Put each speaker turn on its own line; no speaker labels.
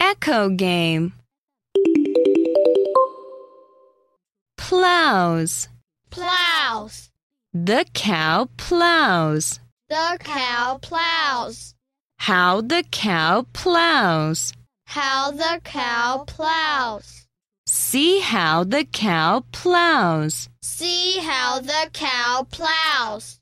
Echo game. Plows.
plows.
The cow plows.
The cow plows.
How the cow plows.
How the cow plows.
See how the cow plows.
See how the cow plows.